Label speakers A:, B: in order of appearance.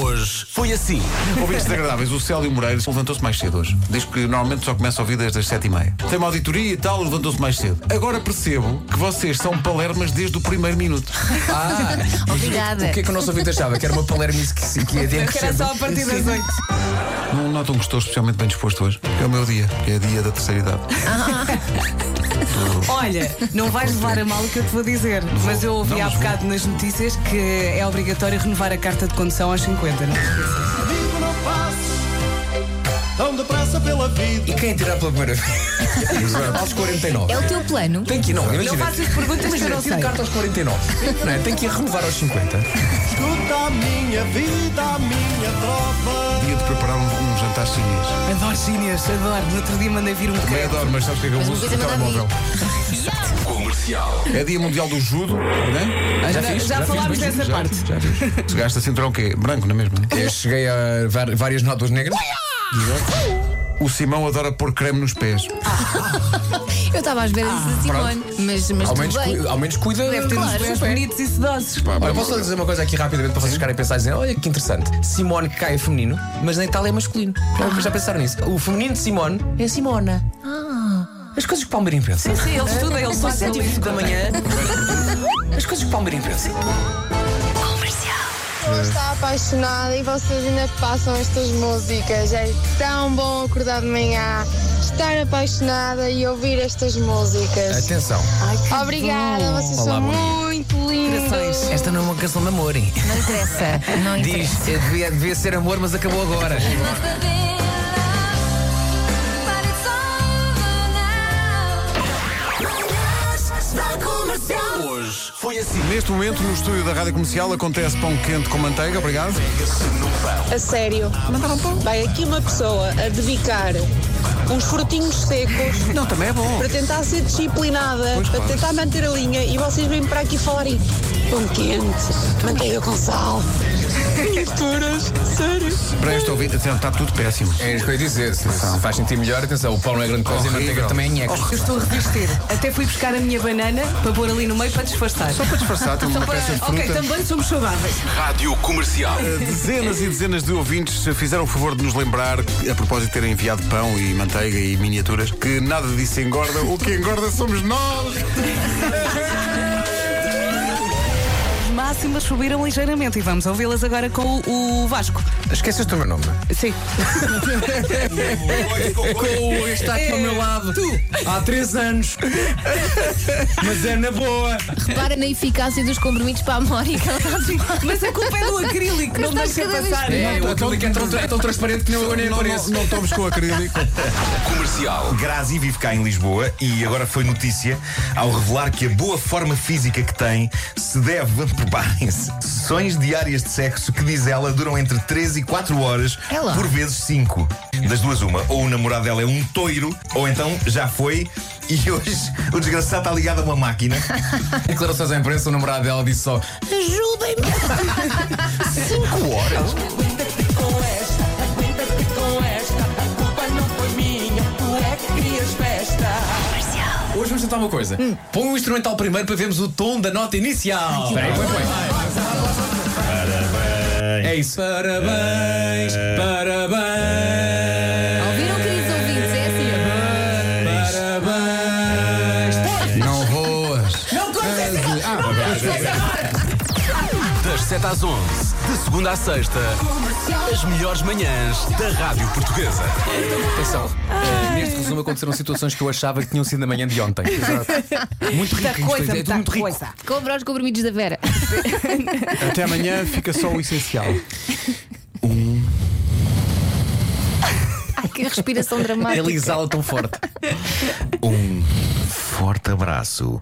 A: Hoje foi assim.
B: Ouvintes desagradáveis, o Célio Moreira levantou-se mais cedo hoje. Diz que normalmente só começa a ouvir desde as 7h30. Tem uma auditoria e tal, levantou-se mais cedo. Agora percebo que vocês são palermas desde o primeiro minuto.
C: Obrigada.
D: O que é que o nosso ouvinte achava? Que era uma palermice que, que ia de
E: Que era só a partir das oito.
B: Não notam que estou especialmente bem disposto hoje? É o meu dia, é dia da terceira idade.
E: Olha, não vais levar a mal o que eu te vou dizer, mas eu ouvi
B: Não,
E: há
B: mas vou.
E: bocado nas notícias que é obrigatório renovar a carta de condução aos 50, não? é?
F: Amigo, não passes tão depressa pela vida.
D: E quem tirar pela primeira vez? Aos 49.
C: É o teu plano?
D: Tem que ir, não,
E: Não
D: imagina.
E: faças perguntas que eu
D: Imagina,
E: não
D: tiro
E: sei.
D: carta aos 49. Não é? Tem que ir renovar aos 50.
F: Escuta a minha vida, a minha tropa.
B: Dia de preparar um, um jantar chinês.
E: Adoro chinês, adoro. No outro dia mandei vir um
B: Também
E: bocadinho.
B: adoro, mas sabes o que é que eu
C: Mas uma
B: uso? O
C: coisa manda a
B: telemóvel. É dia mundial do judo, né?
E: Já- já
D: mas-
E: falámos dessa
D: já-
E: parte.
D: Já fiz.
B: é? Se gasta cinturão o quê? Branco, não é mesmo?
D: Eu cheguei a var- várias notas negras.
B: O Simão adora pôr creme nos pés.
C: Eu estava à espera disso da Simone, mas, mas
D: Ah, Ao
C: tudo
D: menos,
C: bem.
D: cu- ao menos cuida.
E: Deve ter
C: Claro.
E: uns pés bonitos e sedosos.
D: Olha, posso só dizer uma coisa aqui rapidamente para vocês ficarem a pensar e dizer, olha que interessante. Simone cai é feminino, mas na Itália é masculino. Já, já pensaram nisso? O feminino de Simone é Simona. As coisas que o Palmeirim pensa.
E: Ah.
D: É
E: Sim, ele estuda, ele só sente isso.
D: da manhã. As coisas que o Palmeirim pensa.
G: pessoa está apaixonada e vocês ainda passam estas músicas. É tão bom acordar de manhã, estar apaixonada e ouvir estas músicas.
D: Atenção.
G: Obrigada, vocês
D: Olá,
G: são
D: bom dia.
G: muito lindos.
E: Corações.
D: Esta não é uma canção de amor, hein?
C: Não interessa. Não interessa.
D: Diz, eh, devia, devia ser amor, mas acabou agora.
A: Hoje foi assim.
B: Neste momento, no estúdio da Rádio Comercial, acontece pão quente com manteiga, obrigado.
H: A sério.
B: tá
H: Vai aqui uma pessoa a dedicar uns frutinhos secos
B: Não, também é bom.
H: para tentar ser disciplinada, para
B: claro.
H: tentar manter a linha e vocês vêm para aqui falar e pão quente, manteiga com sal, misturas, sério.
B: Para este ouvinte, atenção, está tudo péssimo.
D: É isso que eu ia dizer. Se, se faz sentir melhor, atenção, o pão não é grande coisa e a manteiga
B: Horrível.
D: também é nheca.
E: Eu estou a resistir. Até fui buscar a minha banana para pôr ali no meio para disfarçar.
B: Só Então, para disfarçar, tem uma
E: Para-
B: peça de
E: Ok, então
B: fruta.
E: também somos saudáveis.
A: Rádio Comercial.
B: Eh, Dezenas e dezenas de ouvintes fizeram o favor de nos lembrar, a propósito de terem enviado pão e manteiga e miniaturas, que nada disso engorda, o que engorda somos nós!
E: As máximas subiram ligeiramente e vamos ouvi-las agora com o, o Vasco.
D: Esqueceste o meu nome.
E: Sim.
D: Com o está aqui ao
E: É
D: meu lado. Há três anos. Mas é na boa.
C: Repara na eficácia dos compromissos para a Mónica.
E: Mas a culpa é do acrílico, não
C: Mas
E: deixa
C: estás cada vez
E: passar.
D: É, o outro link é tão, é tão transparente que nem eu nem
B: Não,
D: apareço.
B: não, não estamos com acrílico.
A: Comercial.
I: Grazi vive cá em Lisboa e agora foi notícia ao revelar que a boa forma física que tem se deve, preparem-se, sessões diárias de sexo que, diz ela, duram entre 3 e 4 horas,
C: Ela.
I: por vezes 5. Das duas, uma. Ou o namorado dela é um toiro, ou então já foi e hoje o desgraçado está ligado a uma máquina.
D: Declarações à imprensa, o namorado dela disse só: é Hoje vamos tentar uma coisa. Põe o instrumental primeiro para vermos o tom da nota inicial. Espera aí, põe, põe. É isso. Parabéns, parabéns,
C: Ouviram, queridos ouvintes? É assim.
D: parabéns.
B: Não roas.
D: Não consegue.
A: Das 7 às 11, de segunda à sexta, as melhores manhãs da Rádio Portuguesa.
D: Atenção. eh, neste resumo aconteceram situações que eu achava que tinham sido na manhã de ontem. Muito rico.
E: Muita
D: isto,
E: coisa,
D: é tudo muito
E: muita
D: rico.
E: coisa.
C: Compra os compromissos da Vera.
B: Até amanhã fica só o essencial.
D: Um.
C: Ai, que respiração dramática.
D: Ele exala tão forte.
I: Um forte abraço.